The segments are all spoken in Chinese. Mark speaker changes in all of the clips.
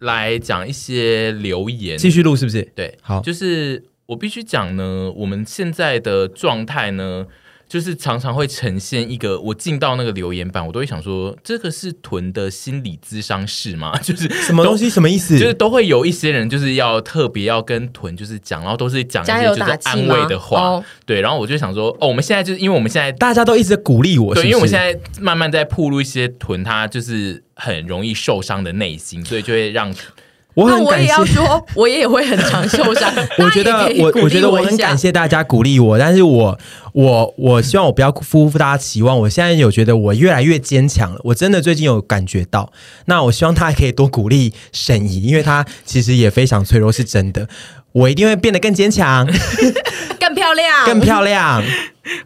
Speaker 1: 来讲一些留言。
Speaker 2: 继续录是不是？
Speaker 1: 对，
Speaker 2: 好
Speaker 1: 就是我必须讲呢，我们现在的状态呢，就是常常会呈现一个，我进到那个留言板，我都会想说，这个是囤的心理咨商室吗？ 就是
Speaker 2: 什么东西？什么意思？
Speaker 1: 就是都会有一些人就是要特别要跟屯就是讲，然后都是讲一
Speaker 3: 加
Speaker 1: 些
Speaker 3: 油
Speaker 1: 就是
Speaker 3: 打气
Speaker 1: 安
Speaker 3: 吗
Speaker 1: 慰的话，
Speaker 3: 哦
Speaker 1: 对。然后我就想说，哦，我们现在就是因为我们现在
Speaker 2: 大家都一直在鼓励我，
Speaker 1: 对，
Speaker 2: 是不是
Speaker 1: 因为我现在慢慢在铺露一些屯他就是很容易受伤的内心，所以就会让
Speaker 2: 我
Speaker 3: 那
Speaker 2: 很
Speaker 3: 我
Speaker 2: 感
Speaker 3: 也
Speaker 2: 谢。
Speaker 3: 要说，我也会很常 受伤。
Speaker 2: 我觉得
Speaker 3: 大家也可以
Speaker 2: 我
Speaker 3: 鼓励
Speaker 2: 我觉得我
Speaker 3: 一
Speaker 2: 很
Speaker 3: 下
Speaker 2: 感谢大家鼓励我，但是我我我希望我不要辜负大家期望。我现在有觉得我越来越坚强了，我真的最近有感觉到。那我希望大家可以多鼓励沈怡，因为她其实也非常脆弱，是真的。我一定会变得更坚
Speaker 3: 啊
Speaker 2: 强、
Speaker 3: 更漂亮，
Speaker 2: 更漂 亮，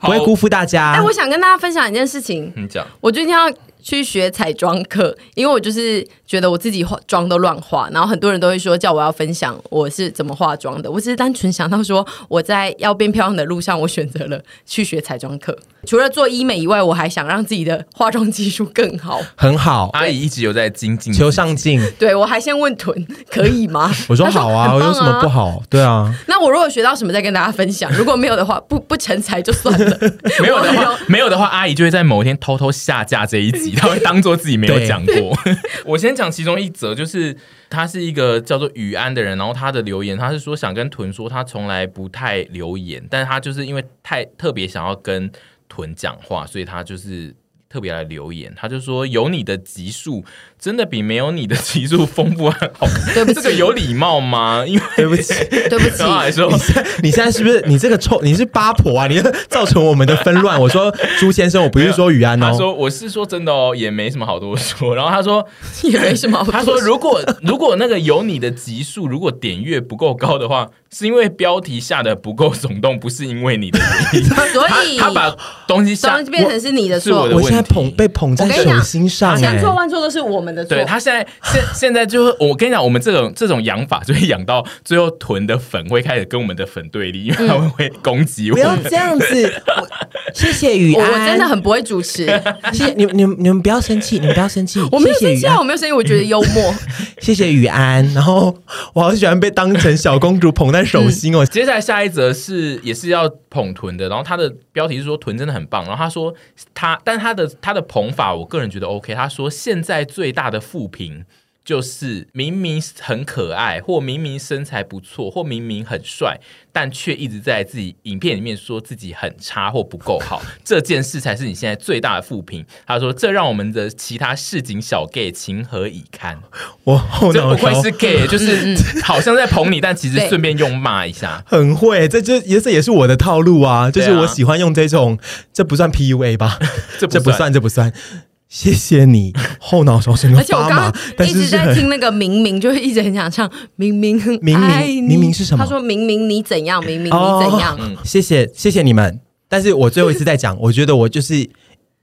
Speaker 2: 不会辜负大家。
Speaker 3: 哎，我想跟大家分享一件事情，
Speaker 2: 嗯
Speaker 1: 你讲，
Speaker 3: 我最近要去学彩妆课，因为我就是觉得我自己化妆都乱化，然后很多人都会说叫我要分享我是怎么化妆的。我只是单纯想到说，我在要变漂亮的路上，我选择了去学彩妆课。除了做医美以外，我还想让自己的化妆技术更好。
Speaker 2: 很
Speaker 3: 嗯
Speaker 2: 好，
Speaker 1: 阿姨一直有在精进，
Speaker 2: 求上进。
Speaker 3: 对我还先问屯可以吗？
Speaker 2: 我说好啊，
Speaker 3: 他
Speaker 2: 我
Speaker 3: 很棒
Speaker 2: 有什么不好？对啊，
Speaker 3: 那我如果学到什么再跟大家分享，如果没有的话，不不成才就算 了。
Speaker 1: 没有的
Speaker 3: 我
Speaker 1: 话，没有的话，阿姨就会在某一天偷偷下架这一 集，她会当做自己没有讲过。 我先讲其中一则，就是他是一个叫做雨安的人，然后他的留言，他是说想跟屯说，他从来不太留言，但是他就是因为太特别想要跟屯讲话，所以他就是。特别来留言，他就说有你的集数真的比没有你的集数丰富还好看，
Speaker 3: 对不起
Speaker 1: 这个有礼貌吗？因为
Speaker 2: 对不起。
Speaker 3: 对不起
Speaker 1: 然，后还说
Speaker 2: 你现你现在是不是你这个臭你是八婆啊？你就造成我们的纷乱。我说朱先生，我不是说雨安
Speaker 1: 他
Speaker 2: 哦。
Speaker 1: 说我是说真的哦，也没什么好多说。 然后他说
Speaker 3: 也没什么好说。
Speaker 1: 他说：“如果如果那个有你的集数，如果点阅不够高的话，是因为标题下的不够耸动，不是因为你的 原因。
Speaker 3: 所
Speaker 1: 他
Speaker 3: 以
Speaker 1: 他把东西
Speaker 3: 当
Speaker 1: 下
Speaker 3: 然变成是你的
Speaker 1: 是我
Speaker 3: 错
Speaker 1: 的，
Speaker 2: 我现
Speaker 1: 问
Speaker 2: 在
Speaker 1: 题
Speaker 2: 捧被捧在
Speaker 3: 我跟你
Speaker 2: 手
Speaker 3: 讲
Speaker 2: 心上哎、
Speaker 3: 千错万错都是我们的错。
Speaker 1: 对他现在现现在就是我跟你讲，我们这种这种养法就会养到最后，囤的粉会开始跟我们的粉对立，因
Speaker 3: 嗯
Speaker 1: 为他们会攻击我
Speaker 2: 不。要这样 子，我谢谢雨
Speaker 3: 我
Speaker 2: 安，
Speaker 3: 我真的很不会 主持，
Speaker 2: 谢谢你们，你们你们不要生气，你们不要生气，
Speaker 3: 我没有
Speaker 2: 谢谢
Speaker 3: 生气
Speaker 2: 雨
Speaker 3: 啊，
Speaker 2: 安嗯
Speaker 3: 我，没有生气，我觉得幽默。
Speaker 2: 谢谢雨安。然后我好喜欢被当成小公主捧在
Speaker 3: 嗯
Speaker 2: 手心哦，
Speaker 1: 接下来下一则是也是要捧臀的，然后他的标题是说臀真的很棒，然后他说他，但他的他的捧法，我个人觉得 OK。他说现在最大的负评就是明明很可爱，或明明身材不错，或明明很帅，但却一直在自己影片里面说自己很差或不够好，这件事才是你现在最大的负评。他说这让我们的其他市井小 gay 情何以堪？
Speaker 2: 我后
Speaker 1: 这
Speaker 2: 脑
Speaker 1: 不
Speaker 2: 勺
Speaker 1: 愧是 gay，就是好像在捧你，但其实
Speaker 3: 对
Speaker 1: 顺便用骂一下。
Speaker 2: 很会，这就也这也是我的套路啊，就
Speaker 1: 对啊
Speaker 2: 是我喜欢用这种，这不算 PUA 吧？
Speaker 1: 这不
Speaker 2: 这不
Speaker 1: 算
Speaker 2: 算，这不算。谢谢你， 后脑勺整个
Speaker 3: 而且我
Speaker 2: 发
Speaker 3: 刚
Speaker 2: 麻，
Speaker 3: 刚
Speaker 2: 但
Speaker 3: 一
Speaker 2: 是
Speaker 3: 直
Speaker 2: 是
Speaker 3: 在
Speaker 2: 很
Speaker 3: 听那个明明，就是一直很想唱明明很
Speaker 2: 明明
Speaker 3: 爱你
Speaker 2: 明明是什么
Speaker 3: 他说明明你怎样，明明你怎样。
Speaker 1: 嗯
Speaker 2: 哦谢谢谢谢你们，但是我最后一次再讲， 我觉得我就是。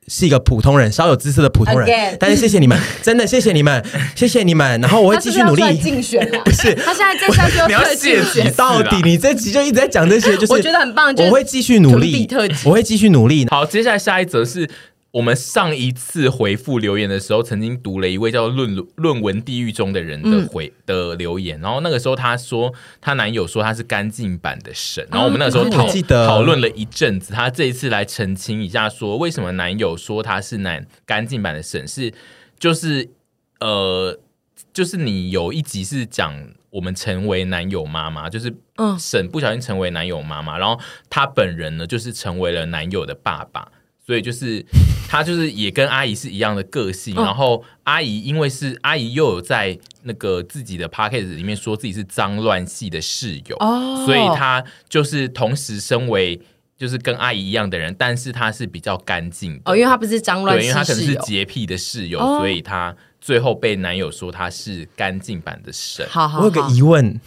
Speaker 2: 是一个普通人，稍有姿色的普通人
Speaker 3: Again
Speaker 2: 但是谢谢你们， 真的谢谢你们，谢谢你们，然后我会
Speaker 3: 他
Speaker 2: 继
Speaker 3: 是
Speaker 2: 续
Speaker 3: 不是要
Speaker 2: 努
Speaker 3: 出来
Speaker 2: 力。
Speaker 3: 竞选了？
Speaker 2: 不是
Speaker 3: 他现在在上 就
Speaker 1: 你要
Speaker 3: 特
Speaker 1: 谢
Speaker 3: 竞
Speaker 1: 谢
Speaker 3: 选，
Speaker 2: 到底你这集就一直在讲这些，就是
Speaker 3: 我觉得很棒，就
Speaker 2: 我
Speaker 3: 是
Speaker 2: 会继续努
Speaker 3: 囤币
Speaker 2: 力
Speaker 3: 特辑，
Speaker 2: 我会继续努力。
Speaker 1: 好，接下来下一则是我们上一次回复留言的时候，曾经读了一位叫论“论文地狱”中的人
Speaker 2: 嗯
Speaker 1: 的回、的留言，然后那个时候她说她男友说她是干净版的神，然后我们那个时候
Speaker 3: 哦
Speaker 1: 讨、
Speaker 2: 我记得
Speaker 1: 讨论了一阵子，她这一次来澄清一下，说为什么男友说她是男干净版的神是就是呃就是你有一集是讲我们成为男友妈妈，就是
Speaker 3: 嗯
Speaker 1: 沈不小心成为男友妈妈，然后她本人呢就是成为了男友的爸爸，所以就是她就是也跟阿姨是一样的个性，
Speaker 3: 嗯
Speaker 1: 然后阿姨因为是阿姨又有在那个自己的 p a c k a g e 里面说自己是脏乱系的室友，
Speaker 3: 哦
Speaker 1: 所以她就是同时身为就是跟阿姨一样的人，但是她是比较干净的
Speaker 3: 哦，因为他不是脏乱哦
Speaker 1: 对，因
Speaker 3: 系
Speaker 1: 为她可能
Speaker 3: 室
Speaker 1: 是
Speaker 3: 友。
Speaker 1: 洁癖的室友，
Speaker 3: 哦
Speaker 1: 所以她最后被男友说她是干净版的神。
Speaker 3: 好好，
Speaker 2: 我有个
Speaker 3: 好
Speaker 2: 疑问，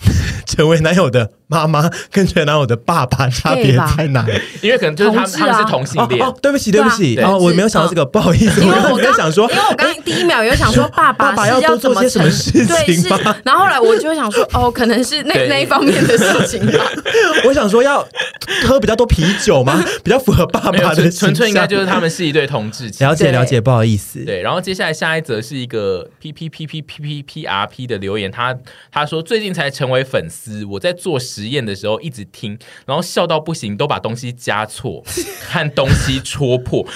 Speaker 2: 成为男友的妈妈跟全男友的爸爸差别
Speaker 3: gay 吧
Speaker 2: 在哪里？
Speaker 1: 因为可能就是他们、
Speaker 3: 同志
Speaker 1: 他
Speaker 3: 啊
Speaker 1: 们是同性
Speaker 2: 哦
Speaker 1: 恋，
Speaker 2: 哦，对不起，对不起，
Speaker 1: 对
Speaker 2: 哦，我没有想到这个，不 好意思，
Speaker 3: 因为
Speaker 2: 我
Speaker 3: 我
Speaker 2: 在
Speaker 3: 刚
Speaker 2: 想说哎
Speaker 3: 因，为我刚第一秒有想说爸
Speaker 2: 爸爸
Speaker 3: 是
Speaker 2: 要多
Speaker 3: 怎
Speaker 2: 做
Speaker 3: 么
Speaker 2: 些什么
Speaker 3: 成
Speaker 2: 事
Speaker 3: 对
Speaker 2: 情
Speaker 3: 是
Speaker 2: 吧，
Speaker 3: 然后后来我就会想说哦，可能是
Speaker 1: 对
Speaker 3: 那那一方面的事情吧。
Speaker 2: 我想说要喝比较多啤酒 吗？比较符合爸
Speaker 1: 没有
Speaker 2: 爸的
Speaker 1: 纯
Speaker 2: 形
Speaker 1: 纯粹应该
Speaker 2: 象
Speaker 1: 就是他们是一对同志情。
Speaker 2: 了解
Speaker 3: 对
Speaker 2: 了解，不好意思，
Speaker 1: 对，然后接下来下一则是一个 P P P P P P P R P 的留言，他他说最近才成为粉丝，我在做实验的时候一直听，然后笑到不行，都把东西加 错和东西戳破。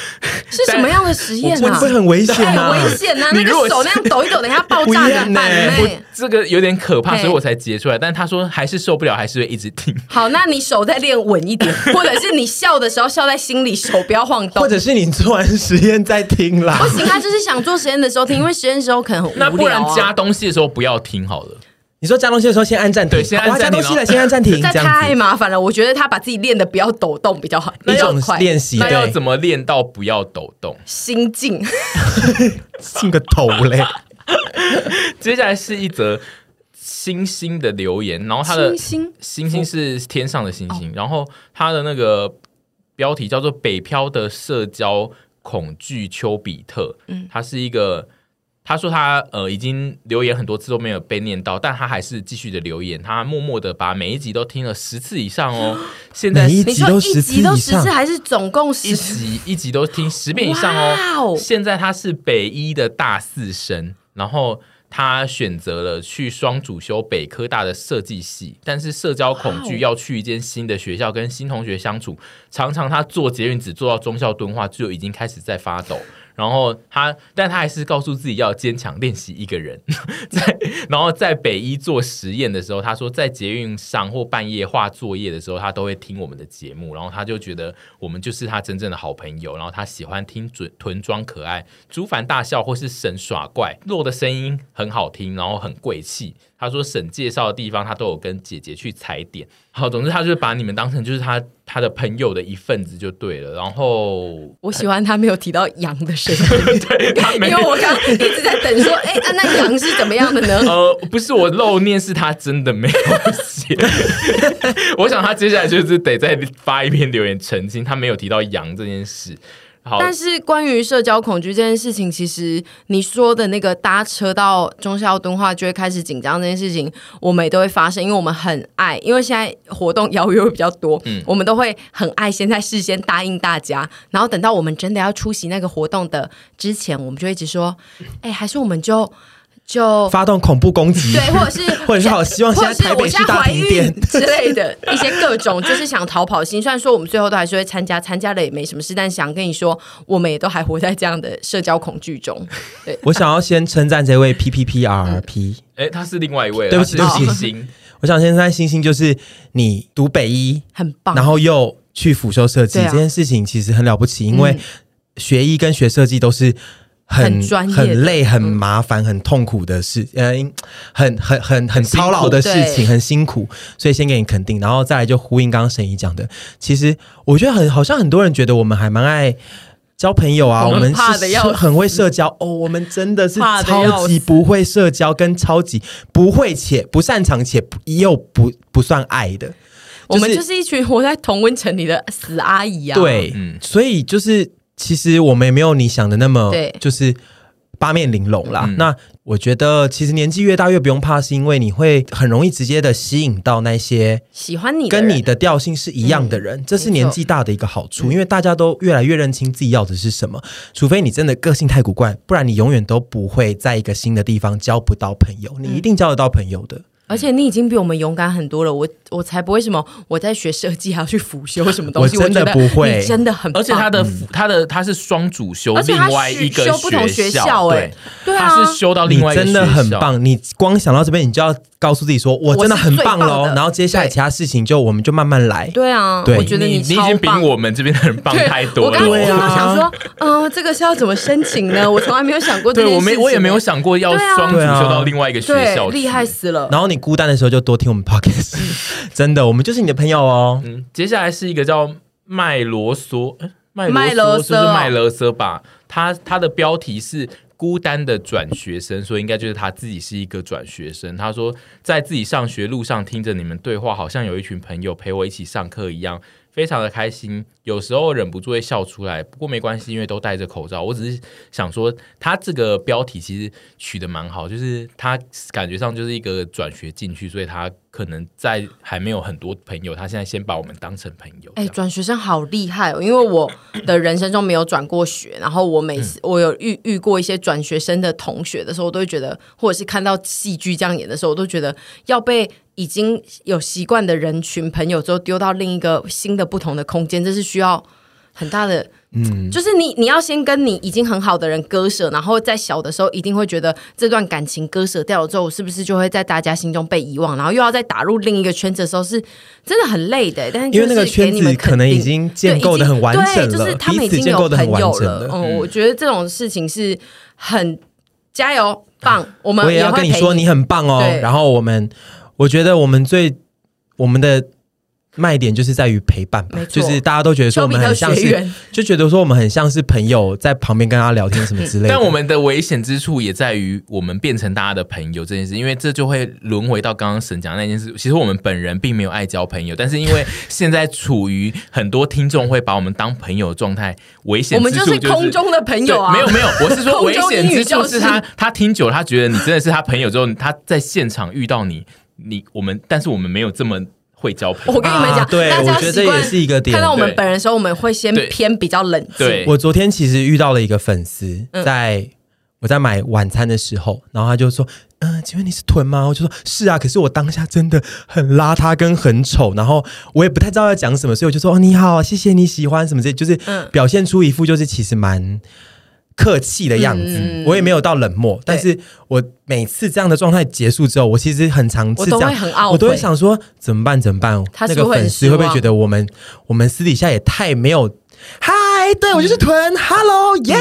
Speaker 3: 是什么样的实验
Speaker 2: 会
Speaker 3: 啊？
Speaker 2: 会很危险
Speaker 3: 哎
Speaker 2: 呐、
Speaker 3: 危险呐！
Speaker 1: 你
Speaker 3: 那
Speaker 1: 如果
Speaker 3: 个手那样抖一抖， 等一下爆炸
Speaker 2: 不一
Speaker 3: 怎
Speaker 2: 样
Speaker 3: 么办？
Speaker 1: 欸
Speaker 2: 呢
Speaker 3: 妹，
Speaker 1: 这个有点可怕，
Speaker 3: 嘿
Speaker 1: 所以我才截出来。但他说还是受不了，还是会一直听。
Speaker 3: 好，那你手再练稳一点，或者是你笑的时候笑在心里，手不要晃动
Speaker 2: 或。者是你做完实验再听啦
Speaker 3: 不。行，他就是想做实验的时候听，因为实验的时候可能很无聊、
Speaker 1: 那
Speaker 3: 啊。
Speaker 1: 不然加东西的时候不要听好了。
Speaker 2: 你说加东西的时候先按暂停，
Speaker 1: 对先按
Speaker 2: 我要加
Speaker 1: 暂停
Speaker 2: 东西了，
Speaker 1: 哦
Speaker 2: 先按暂停，
Speaker 3: 这
Speaker 2: 这样
Speaker 3: 太
Speaker 2: 子
Speaker 3: 麻烦了，我觉得他把自己练的不要抖动比较好，
Speaker 2: 一
Speaker 3: 比较
Speaker 2: 种
Speaker 3: 快。
Speaker 2: 练习，
Speaker 1: 那要
Speaker 2: 对，
Speaker 1: 怎么练到不要抖动？
Speaker 3: 心境，
Speaker 2: 进个头 嘞。
Speaker 1: 接下来是一则星星的留言，然后他的
Speaker 3: 星
Speaker 1: 星哦星是天上的星星，然后他的那个标题叫做《北漂的社交恐惧丘比特》，嗯，他是一个。他说他呃已经留言很多次都没有被念到，但他还是继续的留言，他默默的把每一集都听了十次以上 哦。现在
Speaker 2: 每一
Speaker 3: 你
Speaker 2: 集
Speaker 3: 说
Speaker 2: 都
Speaker 3: 一
Speaker 2: 十次
Speaker 3: 集都
Speaker 2: 以
Speaker 3: 十次，
Speaker 2: 上，
Speaker 3: 还是总共
Speaker 1: 一
Speaker 3: 十？
Speaker 1: 集一集都听十遍以上
Speaker 3: 哇
Speaker 1: 哦
Speaker 3: 哦。
Speaker 1: 现在他是北一的大四生，然后他选择了去双主修北科大的设计系，但是社交恐
Speaker 3: 哇
Speaker 1: 惧
Speaker 3: 哦
Speaker 1: 要去一间新的学校跟新同学相处，常常他做捷运只做到中校敦化就已经开始在发抖。然后他，但他还是告诉自己要坚强，练习一个人。在然后在北一做实验的时候，他说在捷运上或半夜画作业的时候，他都会听我们的节目，然后他就觉得我们就是他真正的好朋友，然后他喜欢听准臀装可爱、朱凡大笑或是沈耍怪，洛的声音很好听，然后很贵气。他说沈介绍的地方，他都有跟姐姐去踩点。好，总之他就是把你们当成就是他他的朋友的一份子就对了。然后
Speaker 3: 我喜欢他没有提到羊的声音，
Speaker 1: 他 没
Speaker 3: 因为
Speaker 1: 有。
Speaker 3: 我刚刚一直在等说，哎、啊那羊是怎么样的呢？
Speaker 1: 呃，不是我漏念，是他真的没有写。 我想他接下来就是得再发一篇留言澄清，他没有提到羊这件事。好，
Speaker 3: 但是关于社交恐惧这件事情，其实你说的那个搭车到中校敦化就会开始紧张这件事情，我们也都会发生，因为我们很爱，因为现在活动邀约会比较多，
Speaker 1: 嗯
Speaker 3: 我们都会很爱先在事先答应大家，然后等到我们真的要出席那个活动的之前，我们就一直说，哎、还是我们就就
Speaker 2: 发动恐怖攻击
Speaker 3: 对，，或者是
Speaker 2: 或者是好希望现在台北市大停电
Speaker 3: 或者是我现在怀孕之类的一些各种，就是想逃跑心。虽然说我们最后都还是会参加，参加了也没什么事，但想跟你说，我们也都还活在这样的社交恐惧中。
Speaker 2: 我想要先称赞这位 P P P R P。
Speaker 1: 哎、他是另外一位了，
Speaker 2: 对不起
Speaker 1: 他是
Speaker 2: 对不
Speaker 1: 星
Speaker 2: 起
Speaker 1: 星，
Speaker 2: 我想先称赞星星，就是你读北医，
Speaker 3: 很棒，
Speaker 2: 然后又去辅修设计、
Speaker 3: 对啊
Speaker 2: 这件事情，其实很了不起，
Speaker 3: 嗯
Speaker 2: 因为学医跟学设计都是。很
Speaker 3: 很专业的嗯
Speaker 2: 很累、很麻烦、很痛苦的事，呃，很很很很
Speaker 1: 辛苦
Speaker 2: 操劳的事情，
Speaker 3: 对
Speaker 2: 很辛苦，所以先给你肯定，然后再来就呼应刚刚沈怡讲的，其实我觉得很好像很多人觉得我们还蛮爱交朋友啊，
Speaker 3: 我
Speaker 2: 我
Speaker 3: 们
Speaker 2: 们
Speaker 3: 怕
Speaker 2: 是
Speaker 3: 得要
Speaker 2: 是很会社交哦，我们真的是
Speaker 3: 怕得要
Speaker 2: 超级
Speaker 3: 死
Speaker 2: 不会社交，跟超级不会且不擅长且不又不不算爱的，
Speaker 3: 我们
Speaker 2: 就是
Speaker 3: 就是一群活在同温层里的死阿姨啊。，
Speaker 2: 对，
Speaker 1: 嗯
Speaker 2: 所以就是其实我们也没有你想的那么
Speaker 3: 对
Speaker 2: 就是八面玲珑啦。
Speaker 1: 嗯
Speaker 2: 那我觉得其实年纪越大越不用怕，是因为你会很容易直接的吸引到那些。
Speaker 3: 喜欢你的人嗯
Speaker 2: 跟你的调性是一样的人，这是年纪大的一个好处，因为大家都越来越认清自己要的是什么。除非你真的个性太古怪，不然你永远都不会在一个新的地方交不到朋友。
Speaker 3: 嗯
Speaker 2: 你一定交得到朋友的。
Speaker 3: 而且你已经比我们勇敢很多了。我我才不会什么，我在学设计还要去辅修什么东西，
Speaker 2: 我
Speaker 3: 我
Speaker 2: 真的
Speaker 3: 觉得
Speaker 2: 不会
Speaker 3: 你真的很棒，
Speaker 1: 而且他的、他的他是双主修
Speaker 3: 而且
Speaker 1: 另
Speaker 3: 他
Speaker 1: 外一个
Speaker 3: 修修不同学校
Speaker 1: 对
Speaker 3: 哎对啊
Speaker 1: 他是修到另外一
Speaker 2: 你
Speaker 1: 个
Speaker 2: 真的很
Speaker 1: 学校，
Speaker 2: 棒，你光想到这边，你就要告诉自己说，我真的很棒
Speaker 3: 我是最
Speaker 2: 喽。
Speaker 3: 棒的
Speaker 2: 然后接下来
Speaker 3: 对
Speaker 2: 其他事情就我们就慢慢来。
Speaker 3: 对啊，
Speaker 2: 对
Speaker 3: 我觉得
Speaker 1: 你已
Speaker 3: 超棒。
Speaker 1: 经比我们这边的人棒
Speaker 3: 对
Speaker 1: 太多
Speaker 3: 我刚
Speaker 1: 了。
Speaker 3: 刚
Speaker 2: 对
Speaker 3: 听
Speaker 2: 啊
Speaker 3: 到想说，嗯、这个是要怎么申请呢？我从来没有想过这
Speaker 1: 对
Speaker 3: 件
Speaker 1: 我
Speaker 3: 事情。
Speaker 1: 没我也没有想过要
Speaker 3: 对啊
Speaker 1: 双主
Speaker 2: 对啊
Speaker 1: 修到另外一个学校
Speaker 3: 对，
Speaker 1: 去，
Speaker 3: 厉害死了。
Speaker 2: 然后你孤单的时候就多听我们 podcast，真的，我们就是你的朋友哦。
Speaker 1: 嗯，接下来是一个叫麦罗梭，诶麦
Speaker 3: 麦
Speaker 1: 罗
Speaker 3: 罗
Speaker 1: 梭
Speaker 3: 梭
Speaker 1: 就是麦罗梭吧。它它的标题是孤单的转学生，所以应该就是他自己是一个转学生。他说，在自己上学路上听着你们对话，好像有一群朋友陪我一起上课一样，非常的开心。有时候忍不住会笑出来，不过没关系，因为都戴着口罩。我只是想说，他这个标题其实取得蛮好，就是他感觉上就是一个转学进去，所以他可能在还没有很多朋友，他现在先把我们当成朋友。这
Speaker 3: 哎、
Speaker 1: 样
Speaker 3: 转学生好厉害哦！因为我的人生中没有转过学，然后我每
Speaker 1: 嗯
Speaker 3: 次我有遇遇过一些转学生的同学的时候，我都会觉得，或者是看到戏剧这样演的时候，我都觉得要被已经有习惯的人群朋友之后丢到另一个新的不同的空间，这是需要很大的，嗯，就是你你要先跟你已经很好的人割舍，然后在小的时候一定会觉得这段感情割舍掉了之后，我是不是就会在大家心中被遗忘，然后又要再打入另一个圈子的时候，是真的很累的。但是
Speaker 2: 因为那个
Speaker 3: 就是给
Speaker 2: 圈
Speaker 3: 你们
Speaker 2: 子可能
Speaker 3: 肯
Speaker 2: 已
Speaker 3: 定
Speaker 2: 经建构的很完整
Speaker 3: 对已经对，就是
Speaker 2: 了，
Speaker 3: 他们
Speaker 2: 彼
Speaker 3: 已
Speaker 2: 此
Speaker 3: 经
Speaker 2: 建
Speaker 3: 有
Speaker 2: 构的
Speaker 3: 朋
Speaker 2: 很完
Speaker 3: 友
Speaker 2: 整
Speaker 3: 了。
Speaker 2: 了。
Speaker 3: 嗯，我觉得这种事情是很加油，棒，我们
Speaker 2: 我也要
Speaker 3: 会
Speaker 2: 跟你
Speaker 3: 陪
Speaker 2: 说，你很棒哦
Speaker 3: 对。
Speaker 2: 然后我们，我觉得我们最我们的卖点就是在于陪伴吧
Speaker 3: 没，错
Speaker 2: 就是大家都觉得说
Speaker 3: 丘
Speaker 2: 我
Speaker 3: 比
Speaker 2: 们
Speaker 3: 特
Speaker 2: 很像
Speaker 3: 学
Speaker 2: 是，
Speaker 3: 员，
Speaker 2: 就觉得说我们很像是朋友在旁边跟他聊天什么之类的。
Speaker 1: 但我们的危险之处也在于我们变成大家的朋友这件事，因为这就会轮回到刚刚沈讲的那件事。其实我们本人并没有爱交朋友，但是因 为现在处于很多听众会把我们当朋友的状态，危险
Speaker 3: 我们
Speaker 1: 之
Speaker 3: 就
Speaker 1: 处
Speaker 3: 是
Speaker 1: 就
Speaker 3: 空中的朋友啊，
Speaker 1: 对没有没有，我是说
Speaker 3: 空
Speaker 1: 危
Speaker 3: 中
Speaker 1: 险
Speaker 3: 英语
Speaker 1: 之
Speaker 3: 教
Speaker 1: 处
Speaker 3: 室
Speaker 1: 是他他听久了，他觉得你真的是他朋友之后，他在现场遇到你，你我们，但是我们没有这么会交朋
Speaker 3: 我
Speaker 1: 友。
Speaker 3: 跟你们讲，
Speaker 2: 啊对
Speaker 3: 大家
Speaker 2: 我觉得
Speaker 3: 习惯
Speaker 2: 这也是一个点
Speaker 3: 看到我们
Speaker 1: 对
Speaker 3: 本人的时候，我们会先
Speaker 1: 对
Speaker 3: 偏比较冷静
Speaker 1: 对。
Speaker 2: 我昨天其实遇到了一个粉丝，
Speaker 3: 嗯
Speaker 2: 在我在买晚餐的时候，然后他就说：“嗯、请问你是臀吗？”我就说：“是啊。”可是我当下真的很邋遢跟很丑，然后我也不太知道要讲什么，所以我就说：“哦，你好，谢谢你喜欢什么之类，就是
Speaker 3: 嗯
Speaker 2: 表现出一副就是其实蛮。”客气的样子，
Speaker 3: 嗯
Speaker 2: 我也没有到冷漠，但是我每次这样的状态结束之后，我其实很常
Speaker 3: 我
Speaker 2: 是这
Speaker 3: 都
Speaker 2: 样
Speaker 3: 会，很懊悔，
Speaker 2: 我都会想说怎么办？怎么办？
Speaker 3: 他是
Speaker 2: 那
Speaker 3: 不是
Speaker 2: 个
Speaker 3: 会很
Speaker 2: 粉丝会不会
Speaker 3: 失望
Speaker 2: 觉得我们我们私底下也太没有？嗨，对我就是臀、哈 h e l l o 耶、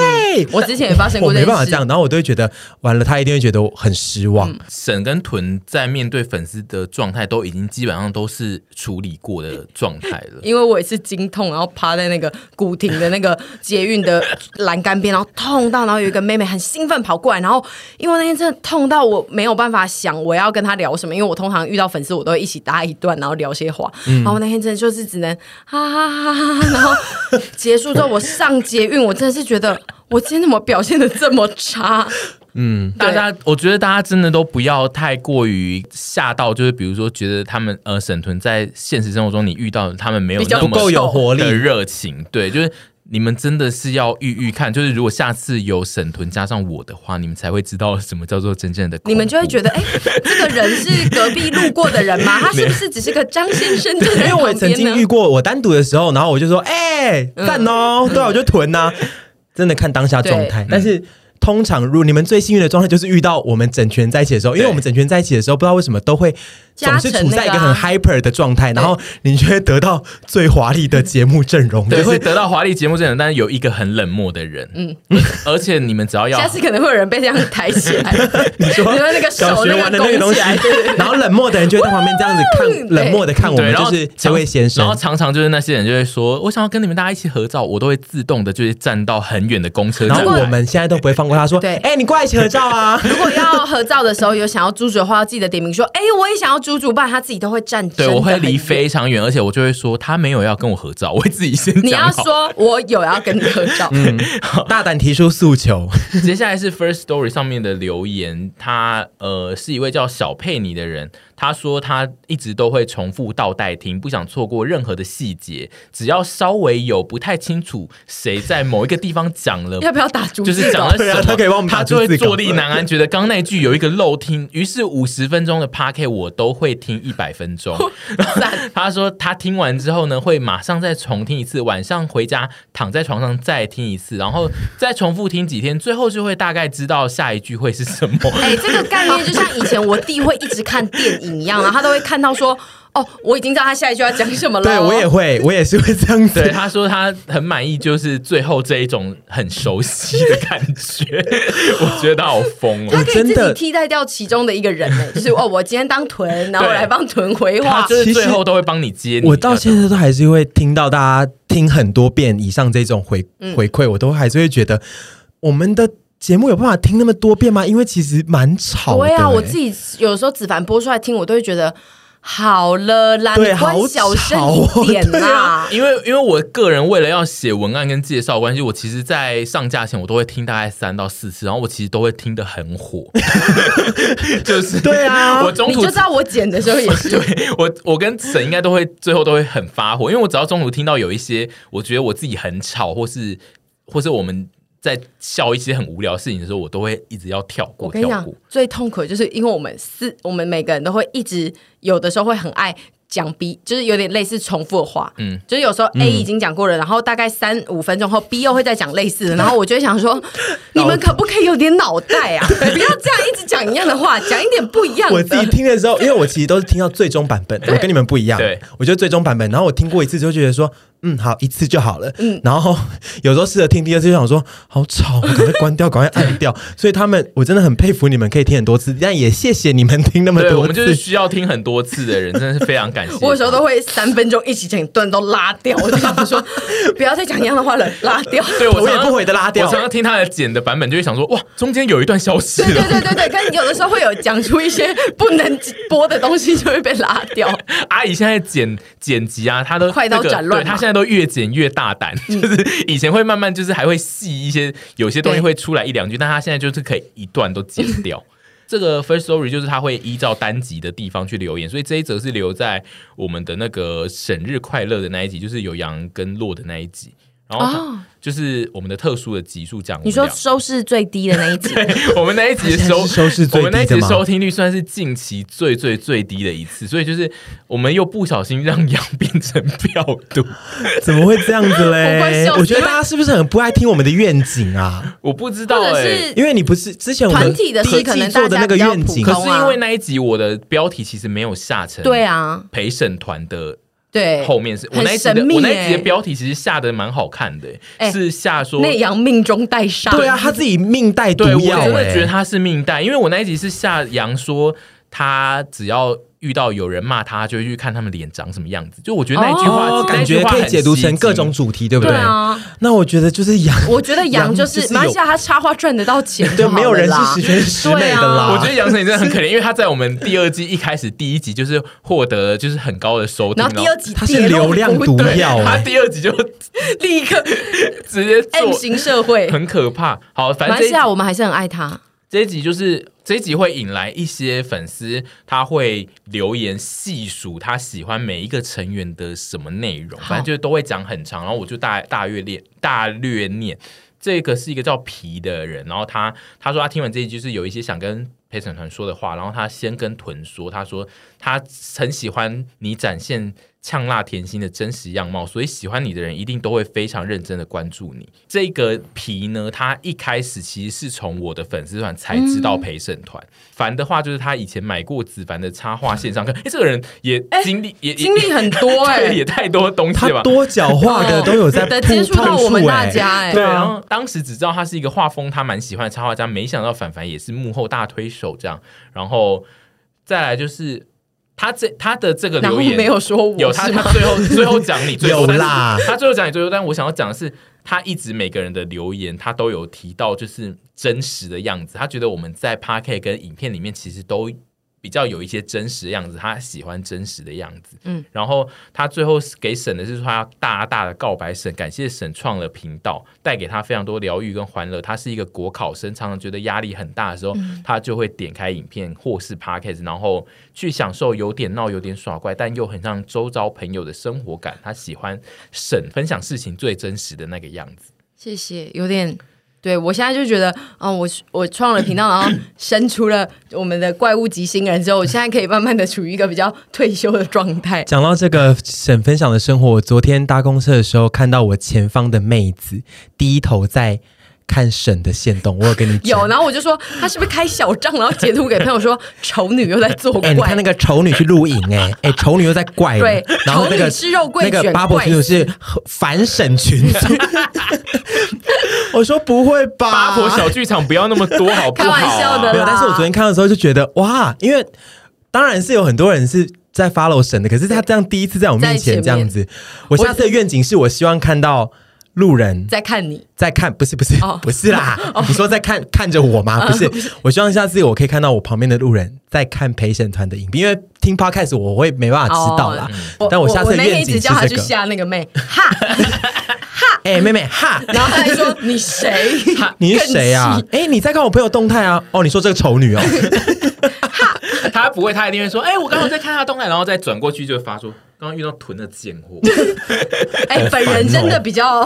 Speaker 3: 嗯我之前也发生
Speaker 2: 我
Speaker 3: 过这
Speaker 2: 没办
Speaker 3: 件
Speaker 2: 法
Speaker 3: 事
Speaker 2: 这，样，然后我都会觉得完了，他一定会觉得我很失望。
Speaker 3: 嗯
Speaker 1: 沈跟屯在面对粉丝的状态，都已经基本上都是处理过的状态了。
Speaker 3: 因为我也是经痛，然后趴在那个古亭的那个捷运的栏杆边，然后痛到，然后有一个妹妹很兴奋跑过来，然后因为那天真的痛到我没有办法想我要跟她聊什么，因为我通常遇到粉丝我都会一起搭一段，然后聊些话，
Speaker 2: 嗯
Speaker 3: 然后我那天真的就是只能哈哈哈哈哈，然后结束之后我上捷运，我真的是觉得我今天怎么表现的这么 差，嗯
Speaker 1: 大家，我觉得大家真的都不要太过于吓到，就是比如说觉得他们呃沈屯在现实生活中你遇到的他们没有
Speaker 3: 比较
Speaker 1: 那
Speaker 2: 不
Speaker 1: 么
Speaker 2: 够有活力
Speaker 3: 嗯
Speaker 1: 的热情，对，就是你们真的是要遇遇看，就是如果下次有沈屯加上我的话，你们才会知道什么叫做真正的恐怖，
Speaker 3: 你们就会觉得哎、这个人是隔壁路过的人吗？他是不是只是个张先生站
Speaker 2: 因
Speaker 3: 在
Speaker 2: 为
Speaker 3: 旁
Speaker 2: 我也
Speaker 3: 边呢？
Speaker 2: 曾经遇过，我单独的时候，然后我就说：“哎、赞哦、
Speaker 3: 嗯
Speaker 2: 对啊，我就臀呐、真的看当下状态，但是。通常，如你们最幸运的状态就是遇到我们整群在一起的时候，因为
Speaker 1: 对
Speaker 2: 我们整群在一起的时候，不知道为什么都会
Speaker 3: 加
Speaker 2: 总
Speaker 3: 成
Speaker 2: 是处
Speaker 3: 那个啊
Speaker 2: 在一个很 hyper 的状态，然后你就会得到最华丽的节目阵容，
Speaker 1: 对
Speaker 2: 就
Speaker 1: 会
Speaker 2: 是
Speaker 1: 得到华丽节目阵容，但是有一个很冷漠的人，嗯，而且你们只要要
Speaker 3: 下次可能会有人被这样抬起 来， 你
Speaker 2: 说
Speaker 3: 你说那个
Speaker 2: 小
Speaker 3: 手
Speaker 2: 学玩的那
Speaker 3: 个
Speaker 2: 个
Speaker 3: 拱
Speaker 2: 东西
Speaker 3: 起来，对对，
Speaker 2: 然后冷漠的人就会在旁边这样子看，
Speaker 3: 对
Speaker 2: 冷漠的看我
Speaker 1: 对，
Speaker 2: 们，
Speaker 1: 然后
Speaker 2: 就是这
Speaker 1: 常
Speaker 2: 位先生
Speaker 1: 然后。常常就是那些人就会说，我想要跟你们大家一起合照，我都会自动的就是站到很远的公车
Speaker 2: 然
Speaker 1: 站
Speaker 2: 后
Speaker 1: 外，
Speaker 2: 我们现在都不会放过他，说：“
Speaker 3: 对
Speaker 2: 哎、你过来一起合照啊！”
Speaker 3: 如果要合照的时候有想要猪猪的话，要记得点名说，哎，我也想要猪猪，不然他自己都会站。
Speaker 1: 对，我会离
Speaker 3: 飞。
Speaker 1: 非常远，而且我就会说他没有要跟我合照，我会自己先
Speaker 3: 你要
Speaker 1: 讲好。嗯
Speaker 3: 说我有要跟你合照，
Speaker 2: 大胆提出诉求，
Speaker 1: 接下来是 First Story 上面的留言，他呃是一位叫小佩妮的人，他说他一直都会重复倒带听，不想错过任何的细节，只要稍微有不太清楚谁在某一个地方讲 了
Speaker 3: 要不要打猪
Speaker 1: 就
Speaker 3: 字
Speaker 1: 是讲
Speaker 3: 稿
Speaker 1: 了？
Speaker 2: 对
Speaker 1: 什
Speaker 2: 啊
Speaker 1: 么，
Speaker 2: 他可以帮我们打
Speaker 1: 他
Speaker 2: 逐
Speaker 1: 就会
Speaker 2: 字稿
Speaker 1: 坐立难安，觉得刚刚那一句有一个漏听，于是五十分钟的 p a r k 我都会听一百分 钟。 他说他听完之后呢，会马上再重听一次，晚上回家躺在床上再听一次，然后再重复听几天，最后就会大概知道下一句会是什 么。
Speaker 3: 哎，这个概念就像以前我弟会一直看电影一样，然后他都会看到说，哦，我已经知道他下一句要讲什么了。
Speaker 2: 对我也会，我也是会这样子。
Speaker 1: 对，他说他很满意，就是最后这一种很熟悉的感觉，我觉得他好疯
Speaker 3: 他
Speaker 1: 哦。
Speaker 3: 可以自
Speaker 2: 真
Speaker 3: 己
Speaker 2: 的
Speaker 3: 替代掉其中的一个人呢，就是哦，我今天当臀，然后我
Speaker 1: 对
Speaker 3: 来帮臀回
Speaker 1: 他
Speaker 3: 话。
Speaker 1: 就是
Speaker 2: 其实
Speaker 1: 最后都会帮你接你。
Speaker 2: 我到现在都还是会听到
Speaker 3: 嗯
Speaker 2: 大家听很多遍以上这种回、回馈，我都还是会觉得我们的节目有办法听那么多遍吗？因为其实蛮吵的、
Speaker 3: 对啊，我
Speaker 2: 欸
Speaker 3: 自己有时候子凡播出来听，我都会觉得好了啦，
Speaker 2: 对
Speaker 3: 你关
Speaker 2: 好
Speaker 3: 小声
Speaker 2: 吵哦
Speaker 3: 一点啦。
Speaker 1: 因为因为我个人为了要写文案跟介绍的关系，我其实，在上架前我都会听大概三到四次，然后我其实都会听得很火， 就是
Speaker 2: 对啊
Speaker 1: 我中
Speaker 3: 你
Speaker 1: 途
Speaker 3: 就知道我剪的时候也是，
Speaker 1: 对我，我跟沈应该都会最后都会很发火，因为我只要中途听到有一些我觉得我自己很吵，或是或是我们在笑一些很无聊的事情的时候，我都会一直要跳
Speaker 3: 我
Speaker 1: 过
Speaker 3: 跟你
Speaker 1: 跳
Speaker 3: 讲
Speaker 1: 过。，
Speaker 3: 最痛苦的就是因为我们四，我们每个人都会一直有的时候会很爱讲 B，就是有点类似重复的话，嗯
Speaker 1: 嗯，
Speaker 3: 就是有时候 A 已经讲过了，然后大概三五分钟后 B 又会再讲 类似的，然后我就会想说，你们可不可以有点脑袋 啊？不要这样一直讲一样的话，讲一点不一样
Speaker 2: 我自己
Speaker 3: 的。
Speaker 2: 听的时候，因为我其实都是听到最终版本，我跟你们不一样。
Speaker 1: 对，
Speaker 2: 我觉得最终版本，然后我听过一次就觉得说，嗯，好，一次就好了。嗯，然后有时候试着听第二次就想说，好吵，我赶快关掉，赶快按掉。所以他们，我真的很佩服你们可以听很多次，但也谢谢你们听那么
Speaker 1: 对，我
Speaker 2: 多
Speaker 1: 们就是
Speaker 2: 次。
Speaker 1: 需要听很多次的人，真的是非常感谢。
Speaker 3: 我有时候都会三分钟一起整段都拉掉，我就想 说，不要再讲一样的话了，拉掉。
Speaker 1: 对我
Speaker 2: 头也
Speaker 1: 常常
Speaker 2: 不回的拉掉
Speaker 1: 我常常听他的剪的版本，就会想说，哇，中间有一段消失
Speaker 3: 对对
Speaker 1: 了。
Speaker 3: 对对对，跟有的时候会有讲出一些不能播的东西，就会被拉掉。
Speaker 1: 阿姨现在剪剪辑啊，她都
Speaker 3: 快刀
Speaker 1: 那个
Speaker 3: 斩乱麻嗯
Speaker 1: 对她现在都越剪越大胆，就是以前会慢慢就是还会细一些，有些东西
Speaker 3: 对
Speaker 1: 会出来一两句，但她现在就是可以一段都剪 掉。这个 first story 就是他会依照单集的地方去留言，所以这一则是留在我们的那个生日快乐的那一集，就是有羊跟洛的那一集，然后
Speaker 3: 哦
Speaker 1: 它就是我们的特殊的集数讲。
Speaker 3: 你说收视最低的那 一集，
Speaker 1: 我们那一集的收
Speaker 2: 它现在是收视最低的吗
Speaker 1: 我们那一集收听率算是近期最最最低的一次，所以就是我们又不小心让羊变成票 毒，
Speaker 2: 怎么会这样子
Speaker 3: 我快
Speaker 2: 嘞
Speaker 3: 笑？死
Speaker 2: 我觉得大家是不是很不爱听我们的愿景啊？
Speaker 1: 我不知道
Speaker 3: 或者
Speaker 1: 哎、
Speaker 3: 是
Speaker 2: 欸因为你不是之前我们
Speaker 3: 团体的
Speaker 2: 第一
Speaker 3: 是可能
Speaker 2: 季做的那个愿
Speaker 1: 可
Speaker 2: 景
Speaker 3: 大家比较普通
Speaker 1: 是因为那一集我的标题其实没有下成，
Speaker 3: 对，啊，
Speaker 1: 陪审团的
Speaker 3: 对，
Speaker 1: 后面是我
Speaker 3: 很
Speaker 1: 那一集的、
Speaker 3: 神秘
Speaker 1: 我那一集的
Speaker 3: 欸
Speaker 1: 标题其实下的蛮好看的、欸
Speaker 3: 哎
Speaker 1: 是下说
Speaker 3: 那阳命中带杀，
Speaker 2: 对啊，他自己命带毒
Speaker 1: 对，我
Speaker 2: 药、欸，
Speaker 1: 真的觉得他是命带，因为我那一集是下扬说他只要。遇到有人骂他，就会去看他们脸长什么样子。就我觉得那一句话，
Speaker 2: 哦，
Speaker 1: 那
Speaker 2: 感
Speaker 1: 一句
Speaker 2: 觉
Speaker 1: 话
Speaker 2: 可以
Speaker 1: 很
Speaker 2: 解读
Speaker 1: 吸
Speaker 2: 成
Speaker 1: 睛
Speaker 2: 各种主题，对不
Speaker 3: 对
Speaker 2: 对？
Speaker 3: 啊。
Speaker 2: 那我觉得就是养，
Speaker 3: 我觉得
Speaker 2: 羊
Speaker 3: 杨就
Speaker 2: 就是是
Speaker 3: 马来西亚，
Speaker 2: 有
Speaker 3: 他插花赚得到钱就
Speaker 2: 对，
Speaker 3: 好
Speaker 2: 没
Speaker 3: 了啦，
Speaker 2: 有人是十全十美的啦。
Speaker 3: 对啊
Speaker 1: 我觉得杨丞琳真的 很可怜，因为他在我们第二季一开始第一集就是获得就是很高的收听，
Speaker 3: 然后第二集
Speaker 2: 它啊是流量毒
Speaker 3: 跌
Speaker 2: 药、
Speaker 1: 他
Speaker 2: 欸，
Speaker 1: 第二集就
Speaker 3: 落 立刻
Speaker 1: 直接
Speaker 3: M
Speaker 1: 做，
Speaker 3: 型社会。
Speaker 1: 很可怕。好，反
Speaker 3: 马来
Speaker 1: 正这
Speaker 3: 西
Speaker 1: 一
Speaker 3: 亚我们还是很爱他，
Speaker 1: 这一集就是这一集会引来一些粉丝，他会留言细数他喜欢每一个成员的什么内容，
Speaker 3: 好
Speaker 1: 反正就是都会讲很长，然后我就大大略念大略念。这个是一个叫皮的人，然后他他说他啊听完这一集就是有一些想跟陪审团说的话，然后他先跟屯说，他说他很喜欢你展现呛辣甜心的真实样貌，所以喜欢你的人一定都会非常认真的关注你。这个皮呢，他一开始其实是从我的粉丝团才知道陪审团。凡的话就是他以前买过子凡的插画线上课，哎，这个人也经历、也也
Speaker 3: 经历很多哎、
Speaker 1: 对也太多东西了
Speaker 2: 他
Speaker 1: 吧。
Speaker 2: 多角化的都有在
Speaker 3: 的
Speaker 2: 碰
Speaker 3: 接触到我
Speaker 2: 碰
Speaker 3: 们
Speaker 2: 触
Speaker 3: 大
Speaker 2: 欸
Speaker 3: 家哎、
Speaker 1: 对，啊然后当时只知道他是一个画风他蛮喜欢的插画家，没想到凡凡也是幕后大推手这样。然后再来就是他这他的这个
Speaker 3: 然后
Speaker 1: 留言
Speaker 3: 没有说我
Speaker 1: 有他
Speaker 3: 是
Speaker 1: 他
Speaker 3: 吗？
Speaker 1: 最后最后讲你最多
Speaker 2: 有啦
Speaker 1: 但是他最后讲你最多，但我想要讲的是，他一直每个人的留言，他都有提到就是真实的样子。他觉得我们在 p a r k 跟影片里面其实都比较有一些真实的样子，他喜欢真实的样子。
Speaker 3: 嗯
Speaker 1: 嗯，然后他最后给沈的是说，他要大大的告白沈，感谢沈创了频道，带给他非常多疗愈跟欢乐。他是一个国考生，常常觉得压力很大的时候，
Speaker 3: 嗯
Speaker 1: 他就会点开影片或是 podcast，然后去享受有点闹、有点耍怪，但又很像周遭朋友的生活感。他喜欢沈分享事情最真实的那个样子。
Speaker 3: 谢谢，有点。对，我现在就觉得，嗯，我我创了频道，然后生出了我们的怪物级新人之后，我现在可以慢慢的处于一个比较退休的状态。
Speaker 2: 讲到这个沈分享的生活，我昨天搭公车的时候看到我前方的妹子低头在看沈的线动，我有跟你讲
Speaker 3: 有，。然后我就说他是不是开小账，然后截图给朋友说丑女又在作
Speaker 2: 哎、
Speaker 3: 怪。
Speaker 2: 你看那个丑女去露营、 哎、哎，丑女又在怪你，
Speaker 3: 对
Speaker 2: 然后那
Speaker 3: 丑女
Speaker 2: 个
Speaker 3: 吃肉桂
Speaker 2: 那个
Speaker 3: 卷
Speaker 2: 巴博
Speaker 3: 怪
Speaker 2: 群主是反沈群 主，我说不会吧，
Speaker 1: 八婆小剧场不要那么多，好不好、
Speaker 3: 啊开玩笑的
Speaker 2: 没有，
Speaker 3: 啦
Speaker 2: 但是我昨天看到的时候就觉得哇，因为当然是有很多人是在 follow 神的，可是他这样第一次在我面前这样子，我下次的愿景是我希望看到路人
Speaker 3: 在看你，
Speaker 2: 在看，不是不是、
Speaker 3: 哦
Speaker 2: 不是啦，你说在看看着我吗？不是，我希望下次我可以看到我旁边的路人在看陪审团的影片，因为听 podcast 我会没办法知道啦。但
Speaker 3: 哦嗯我
Speaker 2: 下次的
Speaker 3: 那天
Speaker 2: 愿
Speaker 3: 一直
Speaker 2: 景
Speaker 3: 叫他
Speaker 2: 是
Speaker 3: 去
Speaker 2: 这个。
Speaker 3: 吓那个妹，哈，
Speaker 2: 哎、妹妹 哈，
Speaker 3: 然后他还说你 谁？
Speaker 2: 你是谁啊
Speaker 3: 更气？
Speaker 2: 哎、你在看我朋友动态啊？哦，你说这个丑 女哦，
Speaker 1: 他不会，他一定会说：“哎、我刚刚在看他的动态，然后再转过去就发出刚刚遇到囤的贱货。
Speaker 3: 哎，本
Speaker 2: 哦
Speaker 3: 人真的比较，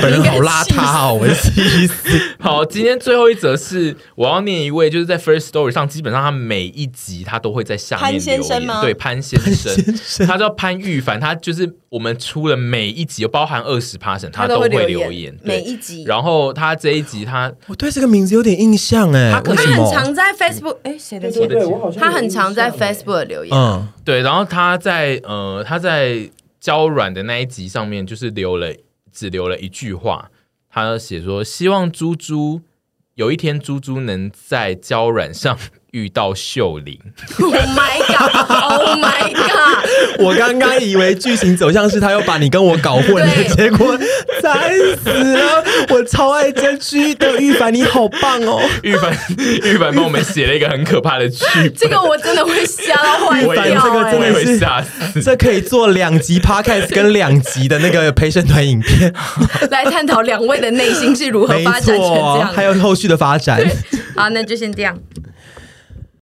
Speaker 2: 本人好邋遢哦，我的气死。”
Speaker 1: 好，今天最后一则是我要念一位，就是在 First Story 上，基本上他每一集他都会在下面
Speaker 4: 潘先
Speaker 1: 留
Speaker 4: 生
Speaker 1: 言
Speaker 4: 吗
Speaker 1: 对，潘先生，
Speaker 2: 先生
Speaker 1: 他叫潘玉凡，他就是我们出了每一集，包含二十 p a s s 他
Speaker 4: 他
Speaker 1: 都
Speaker 4: 都
Speaker 1: 会
Speaker 4: 会
Speaker 1: 留
Speaker 4: 留言
Speaker 1: 对
Speaker 4: 每一集
Speaker 1: 然后他这一集他
Speaker 2: 我对这个名字有点印象哎、
Speaker 1: 他可
Speaker 2: 为
Speaker 1: 能
Speaker 2: 什
Speaker 3: 他很
Speaker 2: 么？
Speaker 3: 常在 Facebook，哎，谁的
Speaker 1: 对
Speaker 3: 钱？
Speaker 1: 对我
Speaker 5: 好像
Speaker 3: 他很常在
Speaker 5: 欸
Speaker 3: Facebook 留言，
Speaker 2: 嗯，
Speaker 1: 对，然后他在呃他在娇软的那一集上面，就是留了只留了一句话，他写说希望猪猪有一天猪猪能在娇软上遇到秀玲，
Speaker 3: Oh my god！Oh my god！
Speaker 2: 我刚刚以为剧情走向是他又把你跟我搞混了，
Speaker 3: 对
Speaker 2: 结果惨死了！我超爱这剧的玉凡，你好棒 哦！
Speaker 1: 玉凡玉凡帮我们写了一个很可怕的剧本，
Speaker 3: 这个我真的会吓到坏
Speaker 1: 我也
Speaker 3: 掉、
Speaker 2: 这个真
Speaker 1: 我
Speaker 2: 的
Speaker 1: 也
Speaker 3: 哎！
Speaker 1: 会吓死。
Speaker 2: 这可以做两集 podcast 跟两集的那个陪审团影 片，
Speaker 3: 来探讨两位的内心是如何
Speaker 2: 没
Speaker 3: 发展成这
Speaker 2: 错，啊
Speaker 3: 样的。
Speaker 2: 还有后续的发展。
Speaker 3: 好，那就先这样。